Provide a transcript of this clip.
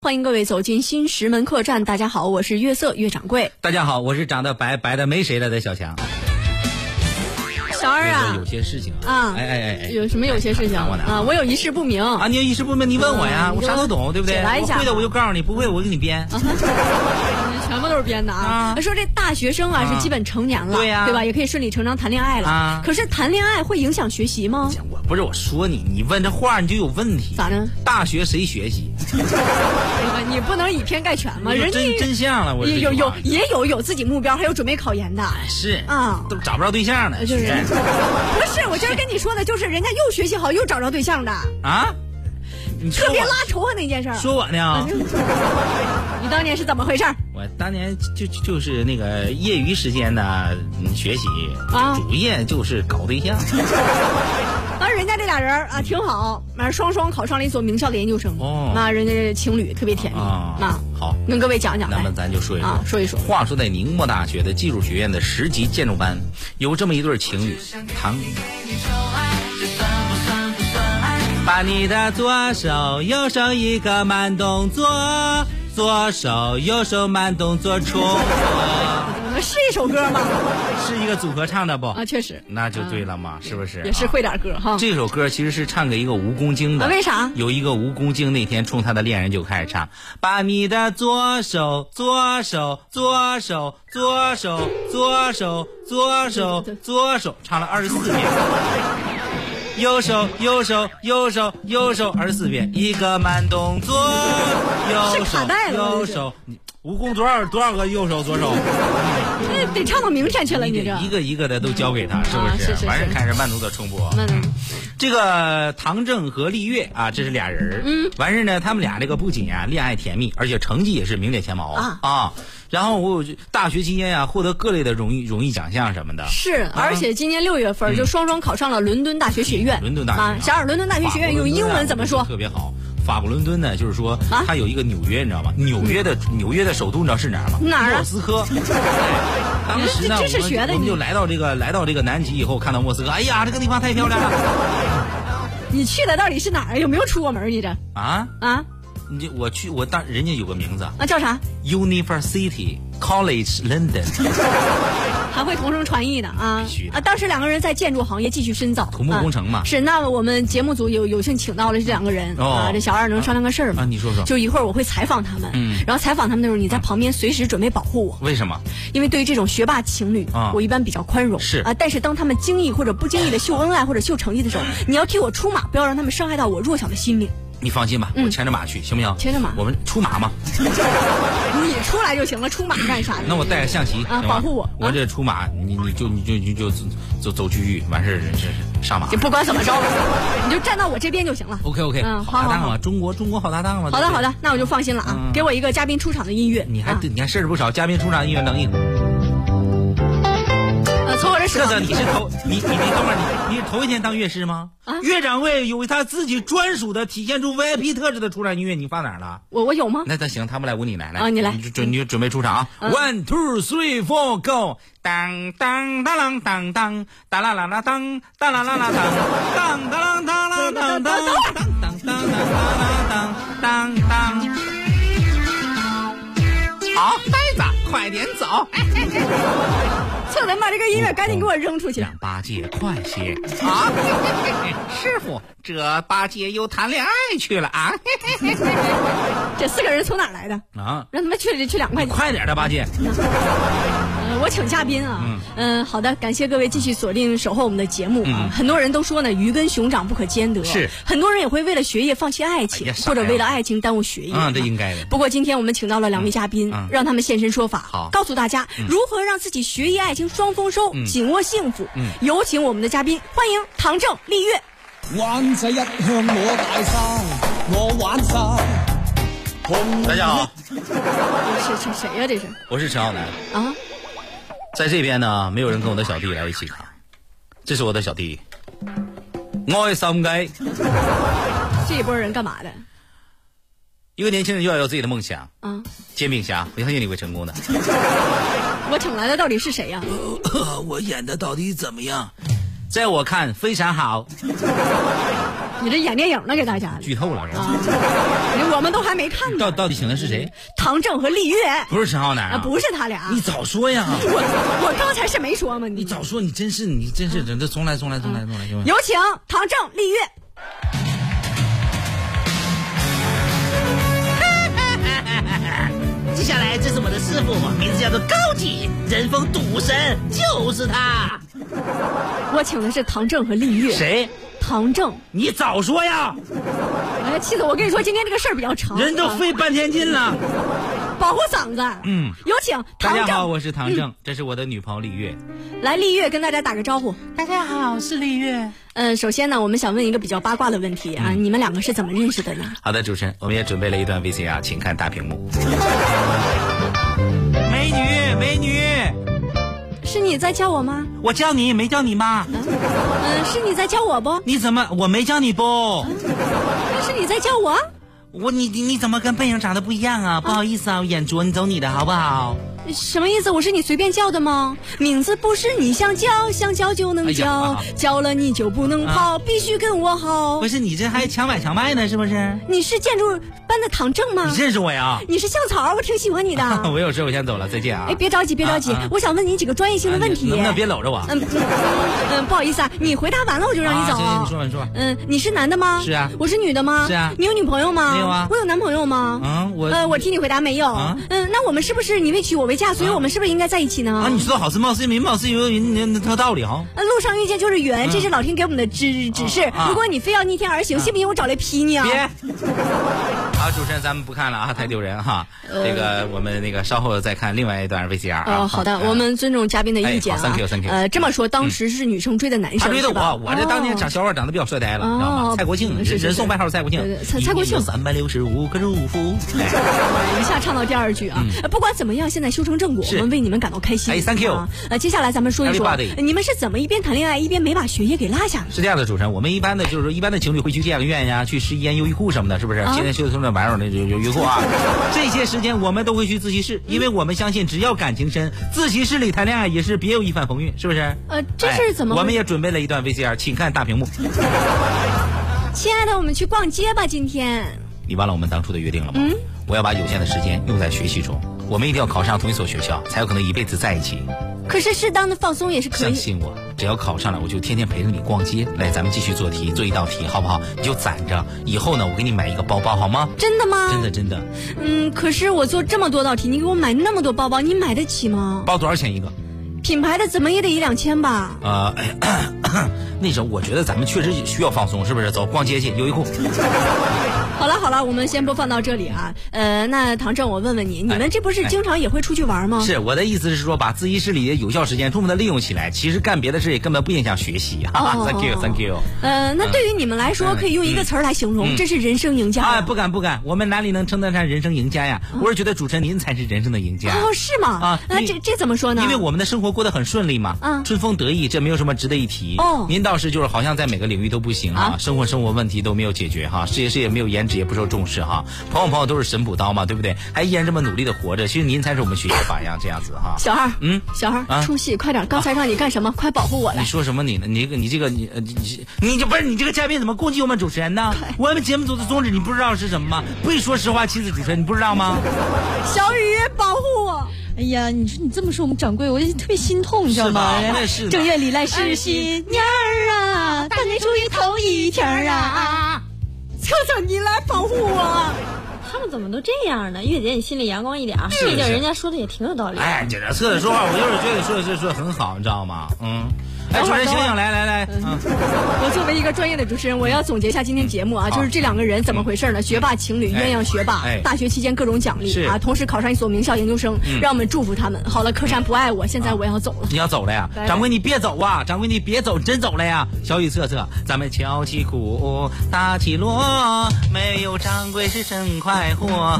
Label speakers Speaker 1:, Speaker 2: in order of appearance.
Speaker 1: 欢迎各位走进新石门客栈。大家好，我是月色月掌柜。
Speaker 2: 大家好，我是长得白白的没谁了的小强。
Speaker 1: 小二
Speaker 2: 就是
Speaker 1: 啊
Speaker 2: 有，些事情
Speaker 1: 啊
Speaker 2: 哎哎哎哎，
Speaker 1: 有什么有些事情
Speaker 2: 看我的啊
Speaker 1: 啊？我有一事不明。
Speaker 2: 啊，你有意识不明，你问我呀，
Speaker 1: 嗯
Speaker 2: 我啥都懂，对不对？
Speaker 1: 解答一下啊
Speaker 2: 我会的我就告诉你，不会我给你编。
Speaker 1: 全部都是编的啊！
Speaker 2: 啊
Speaker 1: 说这大学生啊
Speaker 2: 啊
Speaker 1: 是基本成年了，
Speaker 2: 对呀
Speaker 1: 吧？也可以顺理成章谈恋爱了。
Speaker 2: 啊
Speaker 1: 可是谈恋爱会影响学习吗？
Speaker 2: 我不是我说你，你问这话你就有问题。
Speaker 1: 咋的？
Speaker 2: 大学谁学习？
Speaker 1: 哎你不能以偏概全嘛，啊人家
Speaker 2: 真真相了，我
Speaker 1: 也
Speaker 2: 这句
Speaker 1: 有有
Speaker 2: 话
Speaker 1: 也有有自己目标，还有准备考研的。
Speaker 2: 是
Speaker 1: 啊
Speaker 2: 都找不着对象呢，
Speaker 1: 就是
Speaker 2: 现在
Speaker 1: 不是，我今儿跟你说的，就是人家又学习好又找着对象的，
Speaker 2: 啊，你说
Speaker 1: 特别啊
Speaker 2: 我
Speaker 1: 拉仇恨的一件事儿。
Speaker 2: 说我呢？
Speaker 1: 你当年是怎么回事儿？
Speaker 2: 我当年就就就是那个业余时间呢，嗯学习
Speaker 1: 啊
Speaker 2: 主业就是搞对 象。
Speaker 1: 当时人家这俩人儿啊挺好，完双双考上了一所名校的研究生，
Speaker 2: 哦
Speaker 1: 那人家情侣特别甜蜜
Speaker 2: 啊
Speaker 1: 那
Speaker 2: 好
Speaker 1: 跟各位讲讲
Speaker 2: 那
Speaker 1: 来
Speaker 2: 么咱就说一说
Speaker 1: 啊，说一说
Speaker 2: 话说在宁波大学的技术学院的十级建筑班，有这么一对情侣，唐。把你的左手右手一个慢动作，左手右手慢动作重合，
Speaker 1: 我们是一首歌吗？
Speaker 2: 是一个组合唱的不？
Speaker 1: 啊，确实
Speaker 2: 那就对了嘛，是不是？
Speaker 1: 也是
Speaker 2: 啊
Speaker 1: 会点歌哈。
Speaker 2: 这首歌其实是唱给一个蜈蚣精的。
Speaker 1: 哦啊为啥
Speaker 2: 有一个蜈蚣精那天冲他的恋人就开始唱：“把你的左手，左手，左手，左手，左手，左手，左手”，唱了二十四遍。右手，右手，右手，右手，二十四遍，一个慢动作。右
Speaker 1: 是卡
Speaker 2: 手
Speaker 1: 带，了吗
Speaker 2: 右手，你蜈蚣多少多少个右手 左手？
Speaker 1: 这哎得唱到明天去了，
Speaker 2: 你
Speaker 1: 你这
Speaker 2: 得一个一个的都交给他，是不
Speaker 1: 啊是是是
Speaker 2: 完事儿开始慢动作重播。
Speaker 1: 那
Speaker 2: 这个唐正和丽月啊，这是俩人儿。嗯，完事儿呢，他们俩这个不仅啊恋爱甜蜜，而且成绩也是名列前茅
Speaker 1: 啊
Speaker 2: 然后我有大学期间呀、获得各类的荣誉荣誉奖项什么的。
Speaker 1: 是，而且今年六月份就双双考上了伦敦大学学院。
Speaker 2: 嗯伦敦大学
Speaker 1: 啊，小二伦敦大学学院用英文怎么
Speaker 2: 法
Speaker 1: 说
Speaker 2: 国伦敦啊？特别好。法国伦敦呢，就是说
Speaker 1: 啊
Speaker 2: 它有一个纽约，你知道吗？纽约的纽约的首都你知道是哪儿吗？
Speaker 1: 哪儿啊
Speaker 2: 莫 斯科。哎当时呢，
Speaker 1: 这这是
Speaker 2: 我们
Speaker 1: 学的
Speaker 2: 我们
Speaker 1: 你
Speaker 2: 就来到这个来到这个南极以后，看到莫斯科，哎呀，这个地方太漂亮了
Speaker 1: 你去的到底是哪儿？有没有出过门儿？你这
Speaker 2: 啊！
Speaker 1: 啊
Speaker 2: 你这我去，我当人家有个名字啊
Speaker 1: 啊叫啥？
Speaker 2: University College London
Speaker 1: 还会同声传译呢啊
Speaker 2: 必须的
Speaker 1: 啊！当时两个人在建筑行业继续深造，
Speaker 2: 土木工程嘛
Speaker 1: 啊是，那么我们节目组有有幸请到了这两个人、
Speaker 2: 哦
Speaker 1: 啊，这小二能商量个事儿吗？
Speaker 2: 啊，你说说，
Speaker 1: 就一会儿我会采访他们，
Speaker 2: 嗯
Speaker 1: 然后采访他们的时候，你在旁边随时准备保护我，
Speaker 2: 为什么？
Speaker 1: 因为对于这种学霸情侣，
Speaker 2: 啊
Speaker 1: 我一般比较宽容，
Speaker 2: 是
Speaker 1: 啊，但是当他们经意或者不经意的秀恩爱或者秀成绩的
Speaker 2: 啊
Speaker 1: 时候，你要替我出马，不要让他们伤害到我弱小的心 灵，
Speaker 2: 你放心吧，我牵着马去，行不行？
Speaker 1: 嗯牵着马嗯
Speaker 2: 我们出马嘛。
Speaker 1: 你出来就行了，出马干啥
Speaker 2: 那
Speaker 1: 呢？
Speaker 2: 我带着象棋，
Speaker 1: 啊
Speaker 2: 行吧
Speaker 1: 保护我
Speaker 2: 我这出马，你你就你就你就走走走区域，完事儿这这上马
Speaker 1: 就。不管怎么着，你就站到我这边就行了。
Speaker 2: OK OK，
Speaker 1: 嗯
Speaker 2: 好搭
Speaker 1: 好
Speaker 2: 档
Speaker 1: 好
Speaker 2: 啊，中国中国好搭档嘛。
Speaker 1: 好的
Speaker 2: 对不
Speaker 1: 好
Speaker 2: 对，
Speaker 1: 的，那我就放心了啊！
Speaker 2: 嗯
Speaker 1: 给我一个嘉宾出场的音乐，
Speaker 2: 你还
Speaker 1: 啊
Speaker 2: 对你还事儿不少，嘉宾出场音乐能硬。
Speaker 1: 嗯呃，从我这手
Speaker 2: 这
Speaker 1: 上
Speaker 2: 个你是 头你你你等会儿你你是头一天当乐师吗？
Speaker 1: 啊
Speaker 2: 乐掌柜有他自己专属的体现出 VIP 特质的出场音乐，你放哪儿了？
Speaker 1: 我我有吗？
Speaker 2: 那那行，他们来，我你来来
Speaker 1: 啊你来嗯
Speaker 2: 就准你就准备出场啊！One two three four go，当当当啷当当，当啦啦啦当，当啦啦啦当，当当啷当啷当当当当当当当当当当。好，呆子，快点走！哎，
Speaker 1: 策能把这个音乐赶紧给我扔出去！
Speaker 2: 让八戒快些啊！师傅，这八戒又谈恋爱去了啊！
Speaker 1: 这四个人从哪儿来的？
Speaker 2: 啊，
Speaker 1: 让他们去去两块钱。
Speaker 2: 快点的八戒，
Speaker 1: 呃，我请嘉宾啊。嗯、好的，感谢各位继续锁定守候我们的节目啊。很多人都说呢，鱼跟熊掌不可兼得。
Speaker 2: 嗯是
Speaker 1: 很多人也会为了学业放弃爱情，
Speaker 2: 哎呀傻呀
Speaker 1: 或者为了爱情耽误学业。啊
Speaker 2: 嗯，这应该的。
Speaker 1: 不过今天我们请到了两位嘉宾，
Speaker 2: 嗯嗯
Speaker 1: 让他们现身说法，
Speaker 2: 好嗯
Speaker 1: 告诉大家如何让自己学业爱情双丰收，紧握幸福。
Speaker 2: 嗯
Speaker 1: 有请我们的嘉宾，欢迎唐正、丽月。
Speaker 3: 湾仔一向我大晒，我玩晒。
Speaker 2: 大家好，
Speaker 1: 是是谁呀、这是
Speaker 2: 我是陈浩南。
Speaker 1: 啊？
Speaker 2: 在这边呢，没有人跟我的小弟来一起唱，这是我的小弟，爱心街。
Speaker 1: 这一波人干嘛的？
Speaker 2: 一个年轻人要有自己的梦想，
Speaker 1: 啊，
Speaker 2: 煎饼侠，我相信你会成功的。
Speaker 1: 我请来的到底是谁呀、
Speaker 2: 我演的到底怎么样？在我看非常好。
Speaker 1: 你这演电影呢，给大家。
Speaker 2: 剧透了是吧？
Speaker 1: 我们都还没看呢。
Speaker 2: 到到底请的是谁？
Speaker 1: 唐正和丽月
Speaker 2: 不是陈浩南
Speaker 1: 啊，不是他俩。
Speaker 2: 你早说呀！
Speaker 1: 我我刚才是没说吗？
Speaker 2: 你
Speaker 1: 你
Speaker 2: 早说，你真是你真是，这这重来重来重来重来，兄弟。
Speaker 1: 有请唐正、丽月。
Speaker 4: 接下来，这是我的师傅，名字叫做高启，人风赌神，就是他。
Speaker 1: 我请的是唐正和丽月。？
Speaker 2: 谁？
Speaker 1: 唐正。
Speaker 2: 你早说呀！
Speaker 1: 哎，气得我跟你说，今天这个事儿比较长。
Speaker 2: 人都
Speaker 1: 啊
Speaker 2: 费半天劲了。
Speaker 1: 保护嗓子。
Speaker 2: 嗯
Speaker 1: 有请
Speaker 2: 大
Speaker 1: 唐
Speaker 2: 家好，
Speaker 1: 正嗯
Speaker 2: 我是唐正，这是我的女朋友李月。
Speaker 1: 来丽月跟大家打个招呼。
Speaker 4: 大家好，我是丽月。
Speaker 1: 嗯，首先呢，我们想问一个比较八卦的问题啊，
Speaker 2: 嗯
Speaker 1: 你们两个是怎么认识的呢？
Speaker 2: 好的，主持人，我们也准备了一段 VCR，请看大屏幕。美女，美女，
Speaker 1: 是你在叫我吗？
Speaker 2: 我叫你没叫你妈？
Speaker 1: 嗯，是你在叫我不？
Speaker 2: 你怎么我没叫你不？
Speaker 1: 是你在叫我？
Speaker 2: 我你你你怎么跟背影长得不一样啊？不好意思啊，我眼拙，你走你的好不好？
Speaker 1: 什么意思？我是你随便叫的吗？名字不是你想叫，想叫就能叫，
Speaker 2: 哎呀啊
Speaker 1: 叫了你就不能跑，必须跟我好
Speaker 2: 不。是你这还强买强卖呢，是不是？
Speaker 1: 你是建筑班的唐正吗
Speaker 2: 你？认识我呀？
Speaker 1: 你是校草，我挺喜欢你的。
Speaker 2: 我有事我先走了，再见啊！
Speaker 1: 哎，别着急，别着急，
Speaker 2: 啊啊
Speaker 1: 我想问你几个专业性的问题。
Speaker 2: 能不能别搂着我？
Speaker 1: 嗯嗯嗯，不好意思啊，你回答完了我就让你走。
Speaker 2: 啊行你说吧你说吧
Speaker 1: 嗯，你是男的吗？
Speaker 2: 是啊
Speaker 1: 我是女的吗？
Speaker 2: 是啊
Speaker 1: 你有女朋友吗？
Speaker 2: 没有啊
Speaker 1: 我有男朋友吗？
Speaker 2: 嗯我
Speaker 1: 呃，我替你回答没有。
Speaker 2: 啊
Speaker 1: 嗯，那我们是不是你为娶我为嫁，所以我们是不是应该在一起呢？
Speaker 2: 啊，你说的好事貌似民，貌似有云，你你特道理哈。
Speaker 1: 呃路上遇见就是缘，这是老天给我们的指指示。
Speaker 2: 嗯啊
Speaker 1: 如果你非要逆天而行，信不信我找来劈你啊？
Speaker 2: 别。 好，主持人，咱们不看了啊，太丢人哈。这个我们那个稍后再看另外一段 VCR 啊。
Speaker 1: 呃呃，好的，我们尊重嘉宾的意见啊。
Speaker 2: 哎好，thank you，thank you
Speaker 1: 呃，这么说，当时是女生追的男
Speaker 2: 他
Speaker 1: 生，
Speaker 2: 追的
Speaker 1: 是吧
Speaker 2: 我，我这当年长。
Speaker 1: 哦
Speaker 2: 小伙长得比较帅呆了，你知道
Speaker 1: 哦
Speaker 2: 吗？蔡国庆，
Speaker 1: 是
Speaker 2: 人
Speaker 1: 是是
Speaker 2: 人送外号蔡国庆
Speaker 1: 对对，蔡蔡国庆
Speaker 2: 三百六十五个祝福。哎
Speaker 1: 一下唱到第二句啊。呃不管怎么样，现在修成正果，
Speaker 2: 嗯是
Speaker 1: 我们为你们感到开心。
Speaker 2: 哎，thank you
Speaker 1: 啊呃，接下来咱们说一说
Speaker 2: Everybody
Speaker 1: 你们是怎么一边谈恋爱一边没把学业给落下呢？
Speaker 2: 是这样的，主持人，我们一般的就是说，一般的情侣会去电影院呀，去试衣间、优衣库什么的，是不是？
Speaker 1: 啊
Speaker 2: 现在就是那玩意儿那优优衣库啊，这些时间我们都会去自习室，因为我们相信，只要感情深，自习室里谈恋爱也是别有一番风韵，是不是？
Speaker 1: 呃这是
Speaker 2: 哎
Speaker 1: 怎么
Speaker 2: 我们也准备了一段 VCR，请看大屏幕。
Speaker 1: 亲爱的，我们去逛街吧，今天。
Speaker 2: 你忘了我们当初的约定了吗？
Speaker 1: 嗯
Speaker 2: 我要把有限的时间用在学习中，我们一定要考上同一所学校，才有可能一辈子在一起。
Speaker 1: 可是适当的放松也是可
Speaker 2: 相
Speaker 1: 以。
Speaker 2: 信我，只要考上了，我就天天陪着你逛街。来，咱们继续做题，做一道题好不好？你就攒着，以后呢，我给你买一个包包好吗？
Speaker 1: 真的吗？
Speaker 2: 真的。真的，
Speaker 1: 嗯，可是我做这么多道题，你给我买那么多包包，你买得起吗？
Speaker 2: 包多少钱一个？
Speaker 1: 品牌的怎么也得一两千吧。
Speaker 2: 呃， 咳咳那时候我觉得咱们确实需要放松，是不是？走，逛街去，优衣库。
Speaker 1: 好了好了，我们先播放到这里啊。呃，那唐正，我问问你，你们这不是
Speaker 2: 哎
Speaker 1: 经常也会出去玩吗？
Speaker 2: 是我的意思是说，把自习室里的有效时间充分的利用起来，其实干别的事也根本不影响学习。 哈哈
Speaker 1: 哦
Speaker 2: ，Thank you，Thank you。
Speaker 1: 呃，那对于你们来说，可以用一个词儿来形容，这是人生赢家。
Speaker 2: 嗯啊，不敢不敢，我们哪里能称得上人生赢家呀？我是觉得主持人您才是人生的赢家。
Speaker 1: 哦，是吗？
Speaker 2: 啊
Speaker 1: 那
Speaker 2: 因
Speaker 1: 这这怎么说呢？
Speaker 2: 因为我们的生活过得很顺利嘛，
Speaker 1: 嗯
Speaker 2: 春风得意，这没有什么值得一提。
Speaker 1: 哦
Speaker 2: 您倒是就是好像在每个领域都不行
Speaker 1: 啊，
Speaker 2: 啊生活生活问题都没有解决哈，事业事业没有颜值也不受重视哈，朋友朋友都是神补刀嘛，对不对？还依然这么努力的活着，其实您才是我们学习榜样这样子哈。
Speaker 1: 小二，
Speaker 2: 嗯，
Speaker 1: 小二，
Speaker 2: 啊
Speaker 1: 出戏，快点！刚才让你干什么？快保护我
Speaker 2: 你
Speaker 1: 来！
Speaker 2: 说什么你呢？你这个你这个你呃你你你这不是你这个嘉宾怎么攻击我们主持 人呢？我们节目组的宗旨你不知道是什么吗？不许说实话气死主持人，你不知 道吗？嗯
Speaker 1: 小雨，保护我！
Speaker 5: 哎呀，你说你这么说我们掌柜，我就特别心痛，你知道吗？
Speaker 2: 是吧我也是呢
Speaker 5: 正月里来是新年儿啊，大年初一头一天儿啊。
Speaker 1: 求求你来保护我！
Speaker 6: 他们怎么都这样呢？月姐，你心里阳光一点啊！
Speaker 1: 嗯
Speaker 2: 是
Speaker 6: 毕竟
Speaker 2: 是
Speaker 6: 人家说的也挺有道理。
Speaker 2: 哎，这这策策说话，我就是觉得说说说的很好，你知道吗？嗯。哎，主持人醒醒，来来来，嗯，
Speaker 1: 我作为一个专业的主持人，我要总结一下今天节
Speaker 6: 嗯
Speaker 1: 目啊，
Speaker 2: 好
Speaker 1: 就是这两个人怎么回事呢？学霸情侣，
Speaker 2: 哎
Speaker 1: 鸳鸯学霸
Speaker 2: 哎，
Speaker 1: 大学期间各种奖励
Speaker 2: 是
Speaker 1: 啊，同时考上一所名校研究生，
Speaker 6: 嗯
Speaker 1: 让我们祝福他们。好了，柯山不爱我，现
Speaker 6: 啊
Speaker 1: 在我要走了。
Speaker 2: 你要走了呀？掌柜，你别走啊！掌柜，你别走，真走了呀！小雨策策，咱们敲起鼓，打起锣，没有掌柜是真快活。